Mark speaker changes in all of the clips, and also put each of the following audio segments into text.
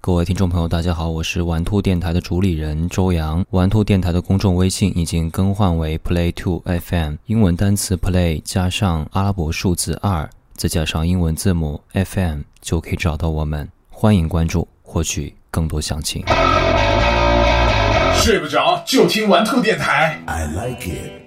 Speaker 1: 各位听众朋友，大家好，我是玩兔电台的主理人周洋。玩兔电台的公众微信已经更换为 Play Two FM，英文单词 Play 加上阿拉伯数字二，再加上英文字母 FM，就可以找到我们。欢迎关注，获取更多详情。
Speaker 2: 睡不着就听玩兔电台。
Speaker 3: I like it.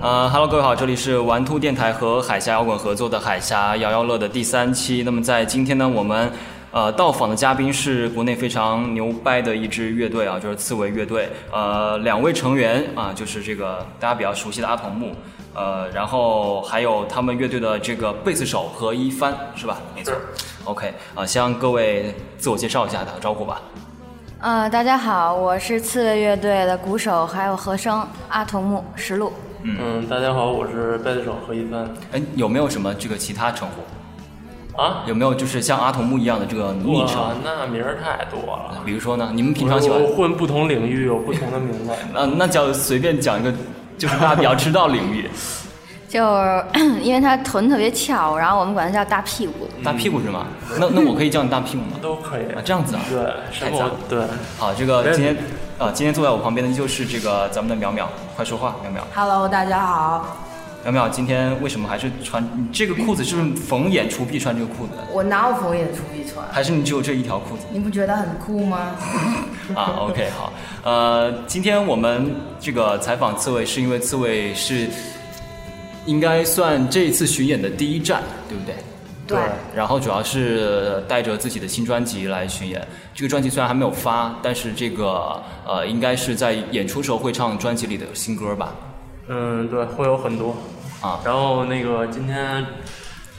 Speaker 4: 呃哈喽，各位好，这里是玩兔电台和海峡摇滚合作的海峡摇摇乐的第三期。那么在今天呢，我们呃到访的嘉宾是国内非常牛掰的一支乐队啊，就是刺猬乐队。呃，两位成员啊、就是这个大家比较熟悉的阿童木，呃，然后还有他们乐队的这个贝斯手何一帆，是吧？没错。OK，啊、先让各位自我介绍一下，打个招呼吧。
Speaker 5: 呃，大家好，我是刺猬乐队的鼓手，还有和声阿童木石路。
Speaker 6: 嗯，大家好，我是贝斯手何一帆。
Speaker 4: 哎，有没有什么这个其他称呼？
Speaker 6: 啊，
Speaker 4: 有没有就是像阿童木一样的这个昵称？
Speaker 6: 哇，那名儿太多了。
Speaker 4: 比如说呢，你们平常喜欢啊
Speaker 6: 我？我混不同领域，有不同的名字。
Speaker 4: 那呃那叫随便讲一个，就是大家比较知道领域，
Speaker 5: 就是 因为他臀特别翘，然后我们管他叫大屁股。
Speaker 4: 大屁股是吗？那那我可以叫你大屁股吗？
Speaker 6: 都可以。
Speaker 4: 啊，这样子啊。
Speaker 6: 对，什
Speaker 4: 太
Speaker 6: 么
Speaker 4: 赞
Speaker 6: 我
Speaker 4: 了
Speaker 6: 对，
Speaker 4: 好，这个今天啊，今天坐在我旁边的就是这个咱们的淼淼，快说话，淼淼。
Speaker 7: Hello，大家好，
Speaker 4: 淼淼，今天为什么还是穿你这个裤子？是不是逢演出必穿这个裤子？
Speaker 7: 我哪有冯演出一穿？
Speaker 4: 还是你只有这一条裤子？
Speaker 7: 你不觉得很酷吗？
Speaker 4: 啊，OK，好，呃，今天我们这个采访刺猬，是因为刺猬是应该算这一次巡演的第一站，对不对？
Speaker 5: 对
Speaker 4: 然后主要是带着自己的新专辑来巡演，这个专辑虽然还没有发，但是这个呃，应该是在演出时候会唱专辑里的新歌吧？
Speaker 6: 嗯，对，会有很多。
Speaker 4: 啊
Speaker 6: 然后那个今天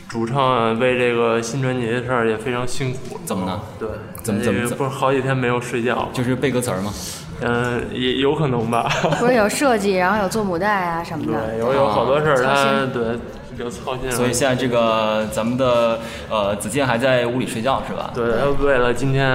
Speaker 6: 主唱为这个新专辑的事儿也非常辛苦。
Speaker 4: 怎么了？
Speaker 6: 对，
Speaker 4: 怎么怎么
Speaker 6: 因为
Speaker 4: 怎
Speaker 6: 不是好几天没有睡觉？
Speaker 4: 就是背歌词儿吗？
Speaker 6: 嗯，也有可 能吧。
Speaker 5: 不是有设计，然后有做母带啊什么的。
Speaker 6: 对，有有好多事儿，
Speaker 5: 操
Speaker 6: 他对有操心了。
Speaker 4: 啊所以现在这个咱们的呃子健还在屋里睡觉是吧？
Speaker 6: 对，他为了今天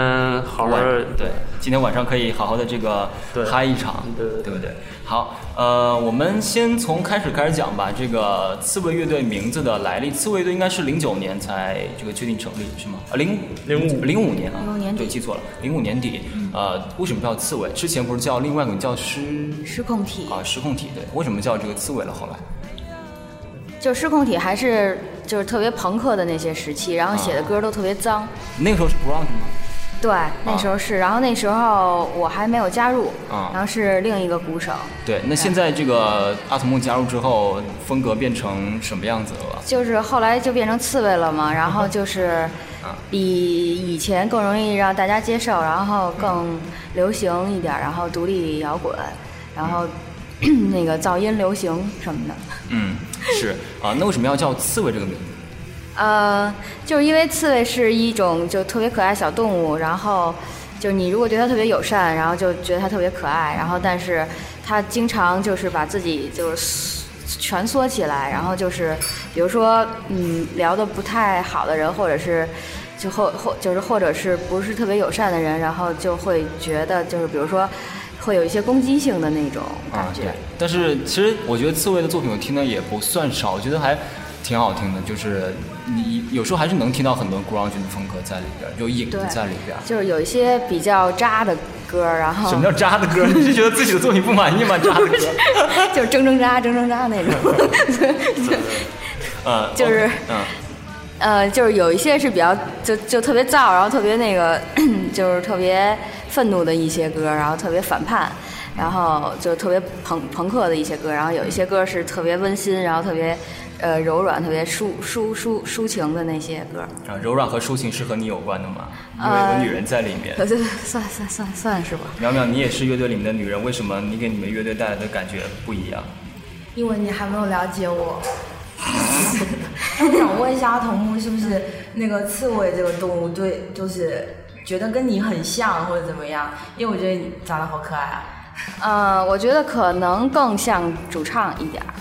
Speaker 6: 好好
Speaker 4: 晚对，今天晚上可以好好的这个
Speaker 6: 对
Speaker 4: 嗨一场，
Speaker 6: 对对对
Speaker 4: 不对？好，呃，我们先从开始开始讲吧。这个刺猬乐队名字的来历，刺猬队应该是零九年才这个确定成立是吗？啊，零
Speaker 6: 05
Speaker 4: 零五年啊，
Speaker 5: 05年底
Speaker 4: 对，记错了，零五年底。呃，为什么叫刺猬？之前不是叫另外一个叫失
Speaker 5: 失控体，
Speaker 4: 啊失控体对？为什么叫这个刺猬了？后来
Speaker 5: 就失控体还是就是特别朋克的那些时期，然后写的歌都特别脏。
Speaker 4: 那个时候是 Brown 吗？
Speaker 5: 对，那时候是，然后那时候我还没有加入，
Speaker 4: 啊
Speaker 5: 然后是另一个鼓手，
Speaker 4: 对，那现在这个阿童木加入之后，风格变成什么样子了？
Speaker 5: 就是后来就变成刺猬了嘛，然后就是
Speaker 4: 啊
Speaker 5: 比以前更容易让大家接受，然后更流行一点，然后独立摇滚，然后 那个噪音流行什么的。
Speaker 4: 嗯，是啊，那为什么要叫刺猬这个名字？
Speaker 5: 呃，就是因为刺猬是一种就特别可爱小动物，然后就是你如果对它特别友善，然后就觉得它特别可爱，然后但是它经常就是把自己就是缩蜷缩起来，然后就是比如说嗯聊得不太好的人，或者是。就或或就是或者是不是特别友善的人，然后就会觉得就是比如说，会有一些攻击性的那种感
Speaker 4: 啊，
Speaker 5: 觉。
Speaker 4: 对。但是其实我觉得刺猬的作品我听的也不算少，我觉得还挺好听的，就是你有时候还是能听到很多 grunge 的风格在里边儿，有影子
Speaker 5: 对
Speaker 4: 在里边儿。
Speaker 5: 就是有一些比较渣的歌，然后
Speaker 4: 什么叫渣的歌？你是觉得自己的作品不满意吗？渣 的歌，
Speaker 5: 就是铮铮喳铮铮喳那 种，
Speaker 4: 呃，
Speaker 5: 就是
Speaker 4: OK，嗯，
Speaker 5: 呃，就是有一些是比较就就特别燥，然后特别那个，就是特别愤怒的一些歌，然后特别反叛，然后就特别朋朋克的一些歌，然后有一些歌是特别温馨，然后特别呃柔软、特别抒抒抒抒情的那些歌，
Speaker 4: 啊柔软和抒情是和你有关的吗？因为
Speaker 5: 呃
Speaker 4: 有女人在里面。
Speaker 5: 呃，对，算算算算是吧。
Speaker 4: 淼淼，你也是乐队里面的女人，为什么你给你们乐队带来的感觉不一样？
Speaker 7: 因为你还没有了解我。哎我想问一下，阿童木是不是那个刺猬这个动物对，就是觉得跟你很像或者怎么样？因为我觉得你长得好可爱啊。
Speaker 5: 呃，我觉得可能更像主唱一 点儿，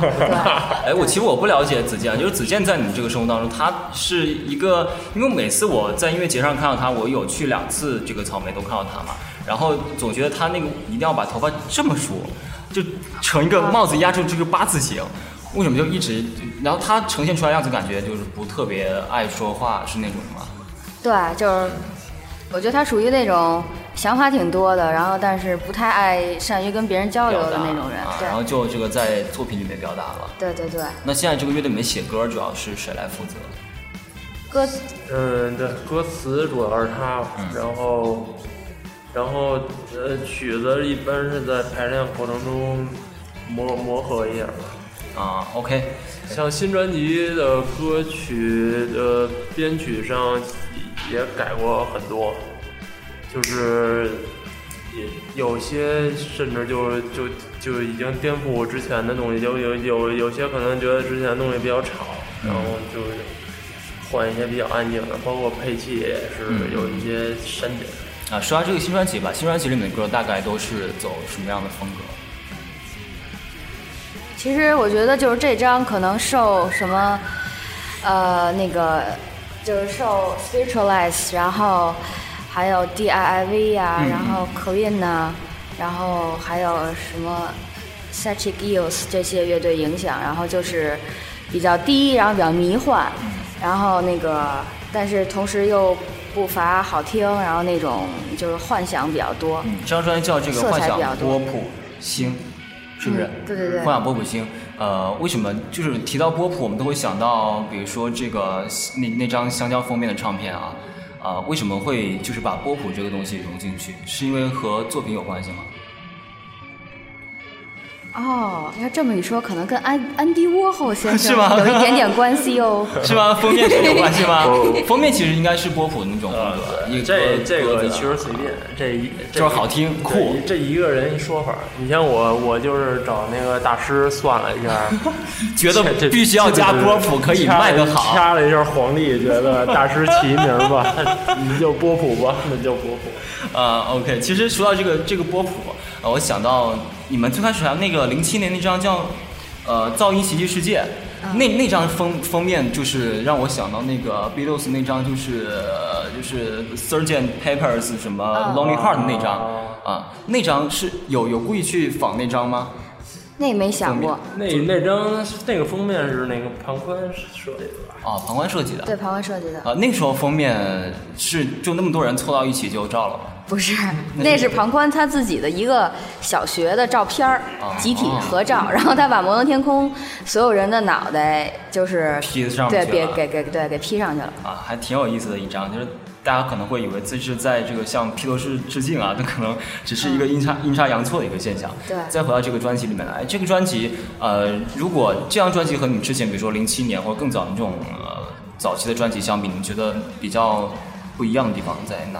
Speaker 5: 对。
Speaker 4: 哎，我其实我不了解子健，就是子健在你们这个生活当中，他是一个，因为每次我在音乐节上看到他，我有去两次这个草莓都看到他嘛，然后总觉得他那个一定要把头发这么梳，就成一个帽子压住这个八字形。为什么就一直，然后它呈现出来样子感觉就是不特别爱说话，是那种吗？
Speaker 5: 对，就是我觉得他属于那种想法挺多的，然后但是不太爱善于跟别人交流
Speaker 4: 表
Speaker 5: 的
Speaker 4: 达
Speaker 5: 那种人
Speaker 4: 啊。然后
Speaker 5: 对，
Speaker 4: 就这个在作品里面表达了。
Speaker 5: 对对对，
Speaker 4: 那现在这个乐队里面写歌主要是谁来负责？
Speaker 5: 歌
Speaker 6: 嗯，对，歌词主要是他，然后，然后呃，曲子一般是在排练过程中磨磨合一下吧。
Speaker 4: 啊，OK，
Speaker 6: 像新专辑的歌曲呃编曲上也改过很多，就是也有些甚至就就就已经颠覆我之前的东西，有有有有些可能觉得之前的东西比较吵，然后就是换一些比较安静的，包括配器也是有一些删减。
Speaker 4: 啊，说下这个新专辑吧。新专辑里面的歌大概都是走什么样的风格？
Speaker 5: 其实我觉得就是这张可能受什么，呃，那个就是受 spiritualize，然后还有 DIIV 呀、啊然后 Clean 呐、然后还有什么 s a c h i c Eels 这些乐队影响，然后就是比较低，然后比较迷幻，然后那个但是同时又不乏好听，然后那种就是幻想比较多。
Speaker 4: 嗯，这张专辑叫这个《
Speaker 5: 色彩
Speaker 4: 幻
Speaker 5: 比较
Speaker 4: 想波
Speaker 5: 多
Speaker 4: 普星》，是不是？
Speaker 5: 嗯对对对
Speaker 4: 幻想波普星。呃，为什么就是提到波普，我们都会想到，比如说这个那那张香蕉封面的唱片啊，啊、为什么会就是把波普这个东西融进去？是因为和作品有关系吗？
Speaker 5: 哦，要这么一说，可能跟安安迪沃霍先
Speaker 4: 是吗
Speaker 5: 生有一点点关系 哦。
Speaker 4: 是吗？封面是有关系 吗？封面其实应该是波普的那种风格，一
Speaker 6: 呃这
Speaker 4: 格
Speaker 6: 这
Speaker 4: 格
Speaker 6: 个
Speaker 4: 子
Speaker 6: 其实随便，这一这
Speaker 4: 就是好听酷
Speaker 6: 对这一个人一说法儿。你像我，我就是找那个大师算了一下，
Speaker 4: 觉得必须要加波普可以卖得好。
Speaker 6: 掐了一下黄历，觉得大师齐名吧， 你就波普吧，那就波普。
Speaker 4: 啊、o k 其实说到这个这个波普，呃，我想到你们最开始还有那个零七年那张叫呃《噪音袭击世界》，
Speaker 5: 嗯
Speaker 4: 那那张封封面就是让我想到那个 Beatles 那张就是、呃就是 Surgeon Papers 什
Speaker 5: 嗯
Speaker 4: 么 Lonely Heart 那张啊、那张是有有故意去仿那张吗？
Speaker 5: 那没想过，
Speaker 6: 那那张那个封面是那个庞宽设计的吧？
Speaker 4: 啊，旁观设计的。
Speaker 5: 对旁观设计的
Speaker 4: 啊，那时候封面是就那么多人凑到一起就照了吗？
Speaker 5: 不是，那是庞宽他自己的一个小学的照片儿
Speaker 4: 哦，
Speaker 5: 集体合照，然后他把《摩登天空》所有人的脑袋就是
Speaker 4: 披上去
Speaker 5: 对，
Speaker 4: 了
Speaker 5: 别给给对给 P 上去了。
Speaker 4: 啊，还挺有意思的一张，就是大家可能会以为这是在这个向披头士致敬啊，这可能只是一个阴差阴差阳错的一个现象。
Speaker 5: 对
Speaker 4: 再回到这个专辑里面来，哎这个专辑，呃，如果这张专辑和你们之前，比如说零七年或者更早的那种呃早期的专辑相比，你们觉得比较不一样的地方在哪？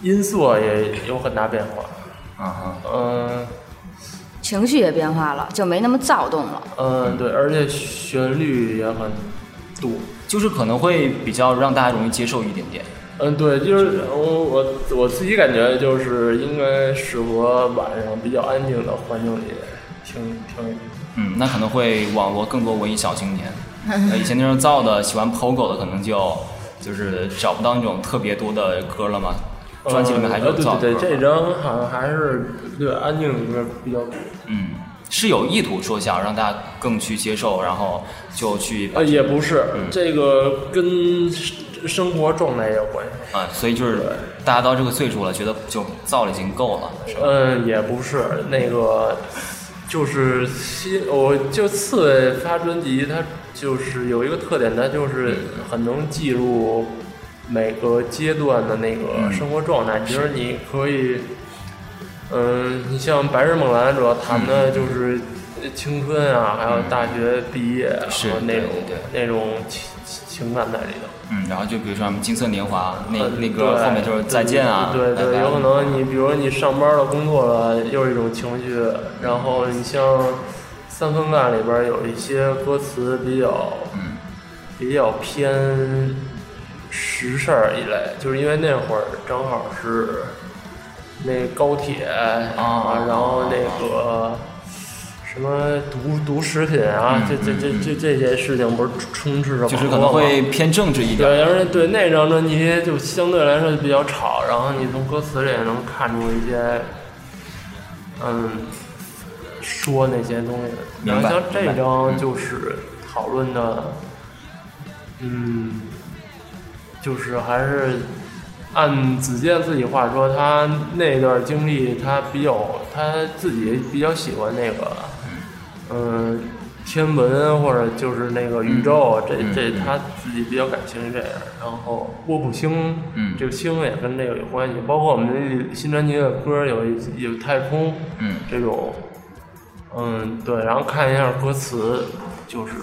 Speaker 6: 音色也有很大变化。
Speaker 4: 啊
Speaker 6: 嗯
Speaker 5: 情绪也变化了，就没那么躁动了。
Speaker 6: 嗯，对，而且旋律也很多。
Speaker 4: 就是可能会比较让大家容易接受一点点。
Speaker 6: 嗯，对，就是我我我自己感觉就是应该适合晚上比较安静的环境里听听。
Speaker 4: 嗯，那可能会网罗更多文艺小青年。呃以前那种造的、喜欢 POGO 的，可能就就是找不到那种特别多的歌了嘛。专辑里面还是有
Speaker 6: 呃对
Speaker 4: 造
Speaker 6: 对
Speaker 4: 歌。
Speaker 6: 对，这张好像还是对安静里面比较多。
Speaker 4: 嗯，是有意图说想让大家更去接受，然后就去
Speaker 6: 啊，也不是，
Speaker 4: 嗯
Speaker 6: 这个跟生活状态也有关系。
Speaker 4: 啊、所以就是大家到这个岁数了，觉得就造了已经够了。是吧
Speaker 6: 嗯，也不是那个，就是新，我就刺猬发专辑，它就是有一个特点，它就是很能记录每个阶段的那
Speaker 4: 嗯
Speaker 6: 个生活状态。其实你可以，嗯，你像白日梦兰主要谈
Speaker 4: 嗯
Speaker 6: 的就是青春啊，还有大学毕业，然
Speaker 4: 是
Speaker 6: 后那
Speaker 4: 对
Speaker 6: 种
Speaker 4: 对
Speaker 6: 那种情情感在里头。
Speaker 4: 嗯，然后就比如说什么《金色年华》那
Speaker 6: 呃
Speaker 4: 那歌
Speaker 6: 对
Speaker 4: 后面就是再见啊，
Speaker 6: 对对
Speaker 4: 拜拜
Speaker 6: 有可能你比如你上班了、工作了，又是一种情绪。然后你像《三分干》里边儿有一些歌词比较，
Speaker 4: 嗯
Speaker 6: 比较偏实事儿一类，就是因为那会儿正好是那高铁啊，然后那个。什么毒毒食品啊，这这这这这些事情不是充斥着
Speaker 4: 嗯
Speaker 6: 网络吗，
Speaker 4: 就是可能会偏政治一点。
Speaker 6: 对，而且对那张专辑就相对来说就比较吵，然后你从歌词里也能看出一些，嗯，说那些东西的。
Speaker 3: 明
Speaker 6: 然
Speaker 3: 白
Speaker 6: 后像
Speaker 3: 明
Speaker 6: 这
Speaker 3: 白
Speaker 6: 张
Speaker 3: 嗯
Speaker 6: 就是讨论的，嗯，就是还是按子健自己话说，他那段经历，他比较他自己比较喜欢那个，嗯、天文或者就是那个宇宙，
Speaker 3: 嗯
Speaker 6: 这这
Speaker 3: 嗯
Speaker 6: 他自己比较感兴趣这个。然后波普星，
Speaker 3: 嗯
Speaker 6: 这个星也跟这个有关系，包括我们新专辑的歌有一有太空，
Speaker 3: 嗯
Speaker 6: 这种，嗯，对，然后看一下歌词，就是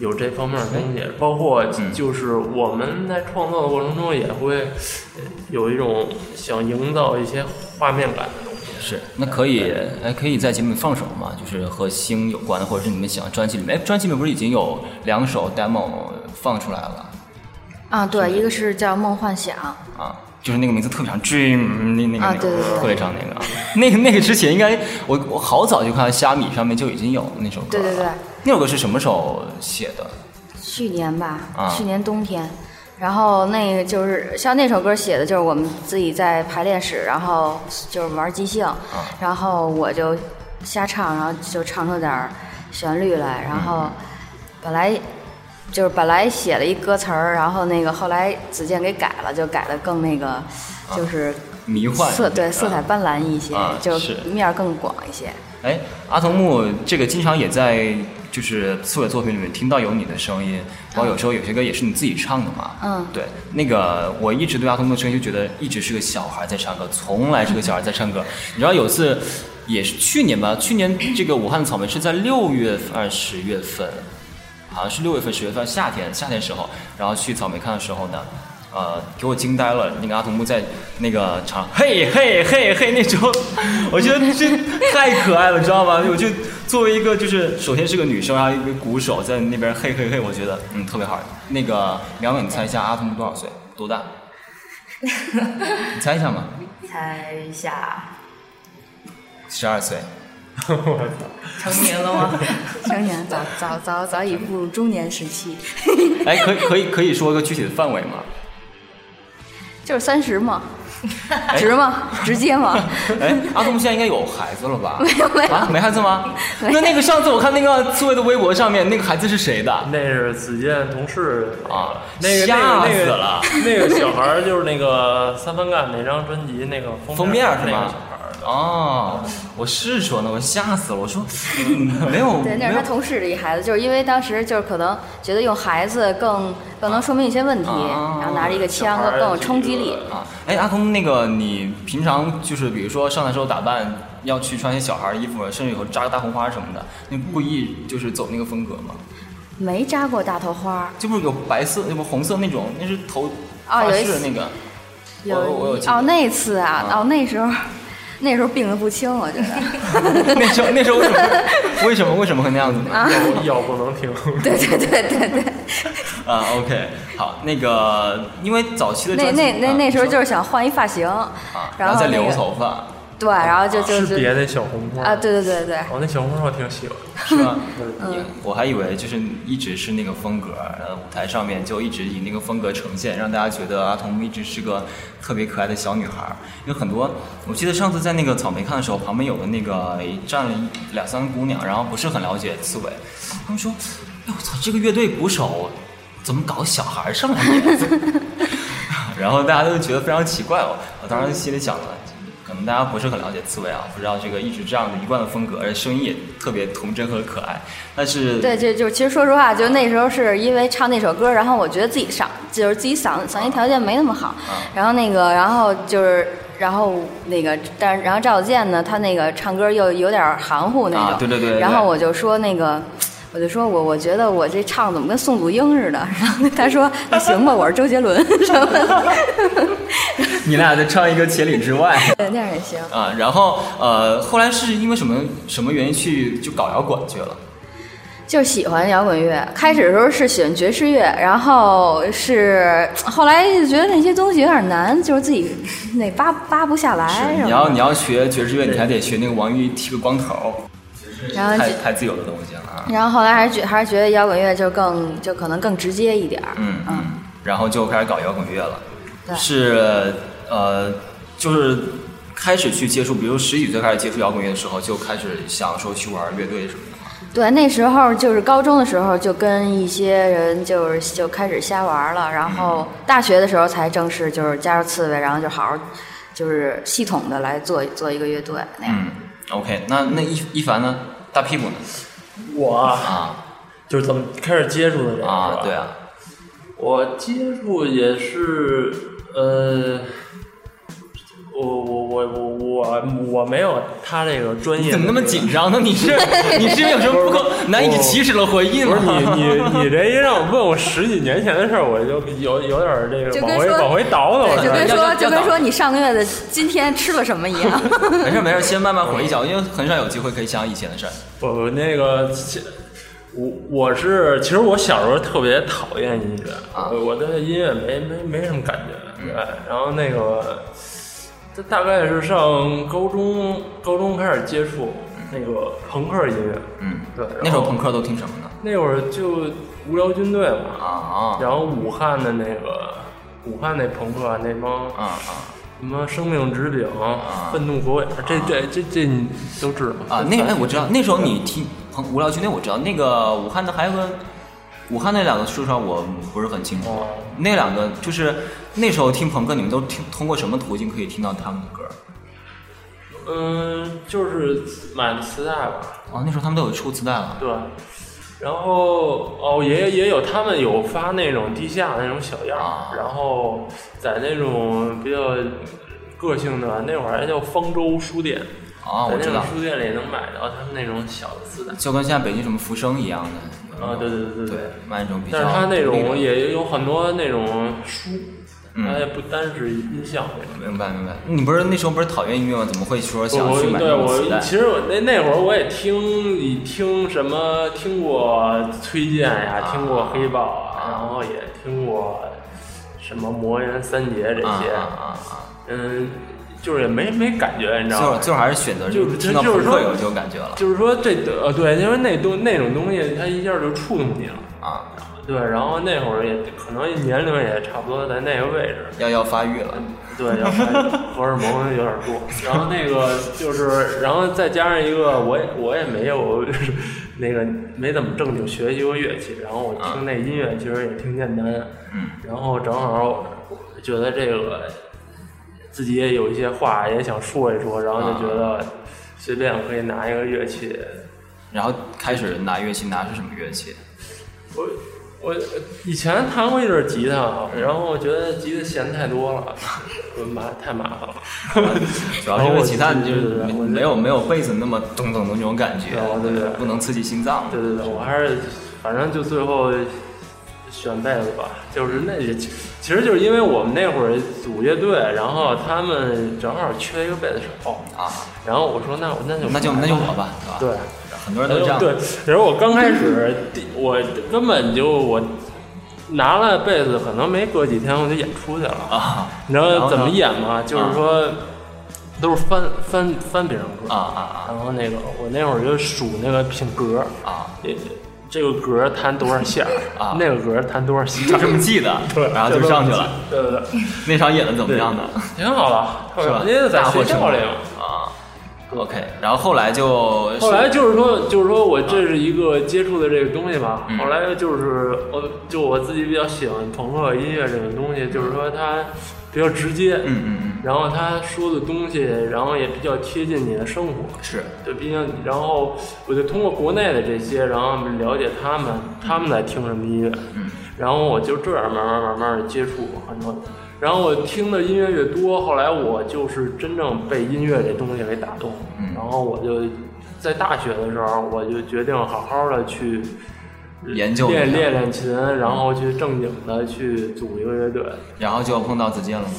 Speaker 6: 有这方面的东西，包括
Speaker 3: 嗯
Speaker 6: 就是我们在创作的过程中也会呃有一种想营造一些画面感的东西。
Speaker 4: 是，那可以，哎，可以在节目里放什么吗？就是和星有关的，或者是你们想专辑里面，哎，专辑里面不是已经有两首 demo 放出来了
Speaker 5: 啊，对，一个是叫《梦幻想》，
Speaker 4: 啊？就是那个名字特别长，dream 嗯那那个、
Speaker 5: 啊
Speaker 4: 那个
Speaker 5: 对对对
Speaker 4: 特别长那个，啊那个那个之前应该我我好早就看到虾米上面就已经有那首歌
Speaker 5: 对
Speaker 4: 了，
Speaker 5: 对对，
Speaker 4: 那首歌是什么时候写的？
Speaker 5: 去年吧，
Speaker 4: 啊
Speaker 5: 去年冬天。然后那个就是像那首歌写的，就是我们自己在排练室，然后就是玩即
Speaker 4: 啊
Speaker 5: 兴，然后我就瞎唱，然后就唱出点儿旋律来。
Speaker 4: 嗯
Speaker 5: 然后本来就是本来写了一歌词儿，然后那个后来子健给改了，就改的更那个就是
Speaker 4: 迷啊幻
Speaker 5: 色对
Speaker 4: 啊
Speaker 5: 色彩斑斓一些
Speaker 4: 啊，
Speaker 5: 就是面儿更广一些。
Speaker 4: 哎，阿童木这个经常也在就是刺猬作品里面听到有你的声音，包括有时候有些歌也是你自己唱的嘛。
Speaker 5: 嗯
Speaker 4: 对，那个我一直对阿童木的声音就觉得一直是个小孩在唱歌，从来是个小孩在唱歌。你知道有次也是去年吧，去年这个武汉的草莓是在六月份还是十月份，好像是六月份、十月份，夏天夏天时候，然后去草莓看的时候呢，呃，给我惊呆了。那个阿童木在那个场，嘿嘿嘿嘿，那时候我觉得这太可爱了，知道吗？我就作为一个就是首先是个女生，然后一个鼓手在那边嘿嘿嘿，我觉得嗯特别好。那个梁伟，你猜一下阿童木多少岁？多大？你猜一下嘛？
Speaker 7: 猜一下，
Speaker 4: 十二岁。
Speaker 7: 成年了 吗？
Speaker 5: 成年早早早早已步入中年时期，
Speaker 4: 哎，可以可以可以说一个具体的范围吗？
Speaker 5: 就是三十嘛，直吗？直接吗？
Speaker 4: 哎，阿童木现在应该有孩子了吧？没
Speaker 5: 有没有
Speaker 4: 啊，没孩子吗？
Speaker 5: 没有
Speaker 4: 那那个上次我看那个刺猬的微博上面，那个孩子是谁的？
Speaker 6: 那是子健同事
Speaker 4: 啊
Speaker 6: 那个
Speaker 4: 吓
Speaker 6: 那个
Speaker 4: 死了
Speaker 6: 那个那个小孩儿就是那个三番干那张专辑那个
Speaker 4: 封面
Speaker 6: 儿
Speaker 4: 是
Speaker 6: 那个
Speaker 4: 吗
Speaker 6: 小孩儿？
Speaker 4: 哦，我是说呢，我吓死了，我说嗯 没有，
Speaker 5: 对，那
Speaker 4: 没
Speaker 5: 是
Speaker 4: 有
Speaker 5: 他。同事的一孩子，就是因为当时就是可能觉得用孩子更更能说明一些问题，
Speaker 4: 啊
Speaker 5: 然后拿着一个枪
Speaker 6: 小孩
Speaker 5: 更
Speaker 6: 儿
Speaker 5: 更有冲击力。
Speaker 4: 啊，哎，阿空，那个你平常就是比如说上台时候打扮，要去穿一些小孩儿衣服，甚至有时候扎个大红花什么的，你故意就是走那个风格吗？
Speaker 5: 没扎过大头花，
Speaker 4: 这不是有白色，那不红色那种，那是头
Speaker 5: 啊
Speaker 4: 发
Speaker 5: 有一
Speaker 4: 饰的
Speaker 5: 次
Speaker 4: 那个。
Speaker 5: 有
Speaker 4: 我我有记得
Speaker 5: 哦那次啊，
Speaker 4: 啊
Speaker 5: 哦那时候那时候病得不轻，我 觉得。
Speaker 4: 那时候那时候为什么为什么为什么会那样子呢？
Speaker 6: 药不能停。
Speaker 5: 对对对对 对，
Speaker 4: 啊，OK，好，那个因为早期的
Speaker 5: 那
Speaker 4: 专辑
Speaker 5: 那那
Speaker 4: 啊
Speaker 5: 那时候
Speaker 4: 你
Speaker 5: 就
Speaker 4: 说
Speaker 5: 是想换一发型，
Speaker 4: 啊，然
Speaker 5: 然后
Speaker 4: 后再
Speaker 5: 那
Speaker 4: 留
Speaker 5: 个
Speaker 4: 头啊 发，
Speaker 5: 对，然后就就是就
Speaker 6: 别那小红花
Speaker 5: 啊，，对对对对，
Speaker 6: 哦，那小红花我挺喜欢的。
Speaker 4: 是吗？
Speaker 5: 嗯
Speaker 4: 也我还以为就是一直是那个风格，呃，舞台上面就一直以那个风格呈现，让大家觉得阿童木一直是个特别可爱的小女孩儿。有很多，我记得上次在那个草莓看的时候，旁边有个那个站了一两三个姑娘，然后不是很了解刺猬，他们说：“哎，我操，这个乐队鼓手怎么搞小孩儿上来演？”然后大家都觉得非常奇怪哦。我当时心里想了。可能大家不是很了解刺猬啊，不知道这个一直这样的一贯的风格，而且声音也特别童真和可爱。但是
Speaker 5: 对，就就其实说实话，就那时候是因为唱那首歌，然后我觉得自己嗓就是自己嗓嗓音条件没那么好，
Speaker 4: 啊
Speaker 5: 然后那个然后就是然后那个但是然后赵小健呢，他那个唱歌又有点含糊那种，
Speaker 4: 啊对对对对
Speaker 5: 然后我就说那个。我就说我我觉得我这唱怎么跟宋祖英似的， 然后他说那行吧，我是周杰伦 什么的，
Speaker 4: 你俩在唱一个千里之外
Speaker 5: 对那样也行。
Speaker 4: 啊，然后呃，后来是因为什么什么原因去就搞摇滚去了？
Speaker 5: 就喜欢摇滚乐，开始的时候是喜欢爵士乐，然后是后来就觉得那些东西有点难，就是自己那扒扒不下来
Speaker 4: 是
Speaker 5: 什
Speaker 4: 你
Speaker 5: 么
Speaker 4: 要
Speaker 5: 的。
Speaker 4: 你要学爵士乐，你还得学那个王玉剃个光头，
Speaker 5: 然后
Speaker 4: 太
Speaker 5: 就
Speaker 4: 太自由的东西了啊。
Speaker 5: 然后后来还是觉还是觉得摇滚乐就更就可能更直接一点儿。
Speaker 4: 嗯嗯，然后就开始搞摇滚乐了。
Speaker 5: 对
Speaker 4: 是呃，就是开始去接触，比如十几岁开始接触摇滚乐的时候，就开始想说去玩乐队什么的吗？
Speaker 5: 对，那时候就是高中的时候，就跟一些人就是就开始瞎玩了，然
Speaker 4: 嗯
Speaker 5: 后大学的时候才正式就是加入刺猬，然后就好好就是系统的来做做一个乐队那样。
Speaker 4: 嗯，OK，那那一一凡呢？大屁股呢？
Speaker 6: 我啊
Speaker 4: 啊
Speaker 6: 就是怎么开始接触的这个
Speaker 4: 啊
Speaker 6: 是吧，
Speaker 4: 对啊，
Speaker 6: 我接触也是，呃，我我我我我我没有他这个专业。
Speaker 4: 你怎么那么紧？张呢？你是你是有什么不可难以启齿的回应
Speaker 6: 不
Speaker 4: 吗
Speaker 6: 是？你你你这一让我问我十几年前的事儿，我就有有点儿这
Speaker 5: 就
Speaker 6: 个
Speaker 5: 跟
Speaker 6: 往回
Speaker 5: 说
Speaker 6: 往回倒了，我
Speaker 5: 对，就跟
Speaker 4: 要
Speaker 5: 说
Speaker 4: 要
Speaker 5: 就跟
Speaker 4: 要
Speaker 5: 说你上个月的今天吃了什么一 样。
Speaker 4: 没事没事，先慢慢回忆一下，因为很少有机会可以想以前的事儿。
Speaker 6: 不不，那个，其我我是其实我小时候特别讨厌音乐，
Speaker 4: 啊嗯
Speaker 6: 我我对音乐没没没什么感觉，对。然后那个，这大概是上高中高中开始接触那个朋克音乐，
Speaker 4: 嗯，
Speaker 6: 对。然后
Speaker 4: 那时候朋克都听什么呢？
Speaker 6: 那会儿就无聊军队嘛，
Speaker 4: 啊
Speaker 6: 然后武汉的那个武汉那朋克啊那帮
Speaker 4: 啊啊
Speaker 6: 什么生命之饼、愤怒狗眼，这这这这你都知道
Speaker 4: 啊！那哎，我知道那时候你听朋无聊军队，我知道那个武汉的还有个武汉那两个，说实话我不是很清楚。
Speaker 6: 哦
Speaker 4: 那两个就是那时候听朋克，你们都听通过什么途径可以听到他们的歌？
Speaker 6: 嗯，就是买的磁带吧，
Speaker 4: 哦，那时候他们都有出磁带了。
Speaker 6: 对。然后哦，也也有他们有发那种地下那种小样儿，
Speaker 4: 啊
Speaker 6: 然后在那种比较个性的，那会儿还叫方舟书店，
Speaker 4: 啊，
Speaker 6: 在
Speaker 4: 我
Speaker 6: 那
Speaker 4: 知
Speaker 6: 种
Speaker 4: 道，
Speaker 6: 书店里能买到他们那种小的磁带。
Speaker 4: 就跟现在北京什么福生一样的。
Speaker 6: 啊，对对对对
Speaker 4: 嗯对，卖那种比较
Speaker 6: 但是他那
Speaker 4: 独立的
Speaker 6: 种也有很多那种书，
Speaker 4: 嗯
Speaker 6: 它也不单是音效那种。
Speaker 4: 明白明白，你不是那时候不是讨厌音乐吗？怎么会说想
Speaker 6: 我
Speaker 4: 去买
Speaker 6: 对
Speaker 4: 那种磁
Speaker 6: 我
Speaker 4: 带？
Speaker 6: 其实我那那会儿我也听你听什么听过崔健呀，
Speaker 4: 啊
Speaker 6: 听过黑豹啊，
Speaker 4: 啊
Speaker 6: 然后也听过什么魔岩三杰这
Speaker 4: 啊
Speaker 6: 些，
Speaker 4: 啊啊
Speaker 6: 嗯，就是也没没感觉，你知
Speaker 4: 啊！就
Speaker 6: 道吗
Speaker 4: 是？就是还是选择
Speaker 6: 就是
Speaker 4: 听到朋
Speaker 6: 就是说
Speaker 4: 克有这种感觉了
Speaker 6: 就是说这呃对，因为那东那种东西它一下就触动你了，
Speaker 4: 啊，
Speaker 6: 对，然后那会儿也可能年龄也差不多在那个位置，
Speaker 4: 要要发育了，
Speaker 6: 对，要看荷尔蒙有点多。 然后那个就是，然后再加上一个，我也我也没有那个没怎么正经学习过乐器，然后我听那音乐其实也挺简单。
Speaker 4: 嗯。
Speaker 6: 然后正好觉得这个自己也有一些话也想说一说，然后就觉得随便可以拿一个乐器。
Speaker 4: 然后开始拿乐器，拿是什么乐器？
Speaker 6: 我我以前弹过一阵吉他，啊然后我觉得吉他弦太多了， 我麻太麻烦了。
Speaker 4: 主要是因为其他
Speaker 6: 然后
Speaker 4: 你
Speaker 6: 我
Speaker 4: 就是
Speaker 6: 哦对对
Speaker 4: 没
Speaker 6: 对我
Speaker 4: 没有没有贝斯那么咚咚的那种感觉
Speaker 6: 对我，对对
Speaker 4: 不能刺激心脏。
Speaker 6: 对对对，我还是反正就最后选贝斯吧，就是那也其其实就是因为我们那会儿组乐队，然后他们正好缺一个贝斯手，
Speaker 4: 啊，
Speaker 6: 然后我说那我那就
Speaker 4: 那就
Speaker 6: 来
Speaker 4: 那就我吧，对吧？
Speaker 6: 对，
Speaker 4: 很多人都这样。
Speaker 6: 对，其实我刚开始第我根本就我拿了贝斯，可能没隔几天我就演出去了，
Speaker 4: 啊
Speaker 6: 你知
Speaker 4: 然后
Speaker 6: 道
Speaker 4: 呢
Speaker 6: 怎么演吗？就是说都是翻翻翻别人歌
Speaker 4: 啊，啊
Speaker 6: 然后那个我那会儿就数那个品格。
Speaker 4: 啊啊！
Speaker 6: 也这个格儿弹多少下儿
Speaker 4: 啊
Speaker 6: 那个格儿弹多少下
Speaker 4: 就
Speaker 6: 儿，
Speaker 4: 这么记的，
Speaker 6: 对，
Speaker 4: 然后就上去了。，
Speaker 6: 对对对，
Speaker 4: 那场演的怎么样呢？
Speaker 6: 挺好的，特别
Speaker 4: 是
Speaker 6: 好
Speaker 4: 吧？
Speaker 6: 因为在
Speaker 4: 大获
Speaker 6: 学
Speaker 4: 成
Speaker 6: 校
Speaker 4: 功
Speaker 6: 里嘛。
Speaker 4: 啊。OK，然后后来就
Speaker 6: 后来就是说，就是说我这是一个接触的这个东西吧。
Speaker 4: 嗯
Speaker 6: 后来就是我，就我自己比较喜欢朋克音乐这个东西，就是说它比较直接，
Speaker 4: 嗯嗯嗯，
Speaker 6: 然后他说的东西，然后也比较贴近你的生活。
Speaker 4: 是
Speaker 6: 对，毕竟，然后我就通过国内的这些，然后了解他们，他们在听什么音乐，
Speaker 4: 嗯
Speaker 6: 然后我就这样慢慢慢慢的接触很多，然后我听的音乐越多，后来我就是真正被音乐这东西给打动，
Speaker 4: 嗯
Speaker 6: 然后我就在大学的时候，我就决定好好的去
Speaker 4: 研究一下
Speaker 6: 练练练琴，然后去正经的去组一个乐队，
Speaker 4: 然后就碰到子健了吗？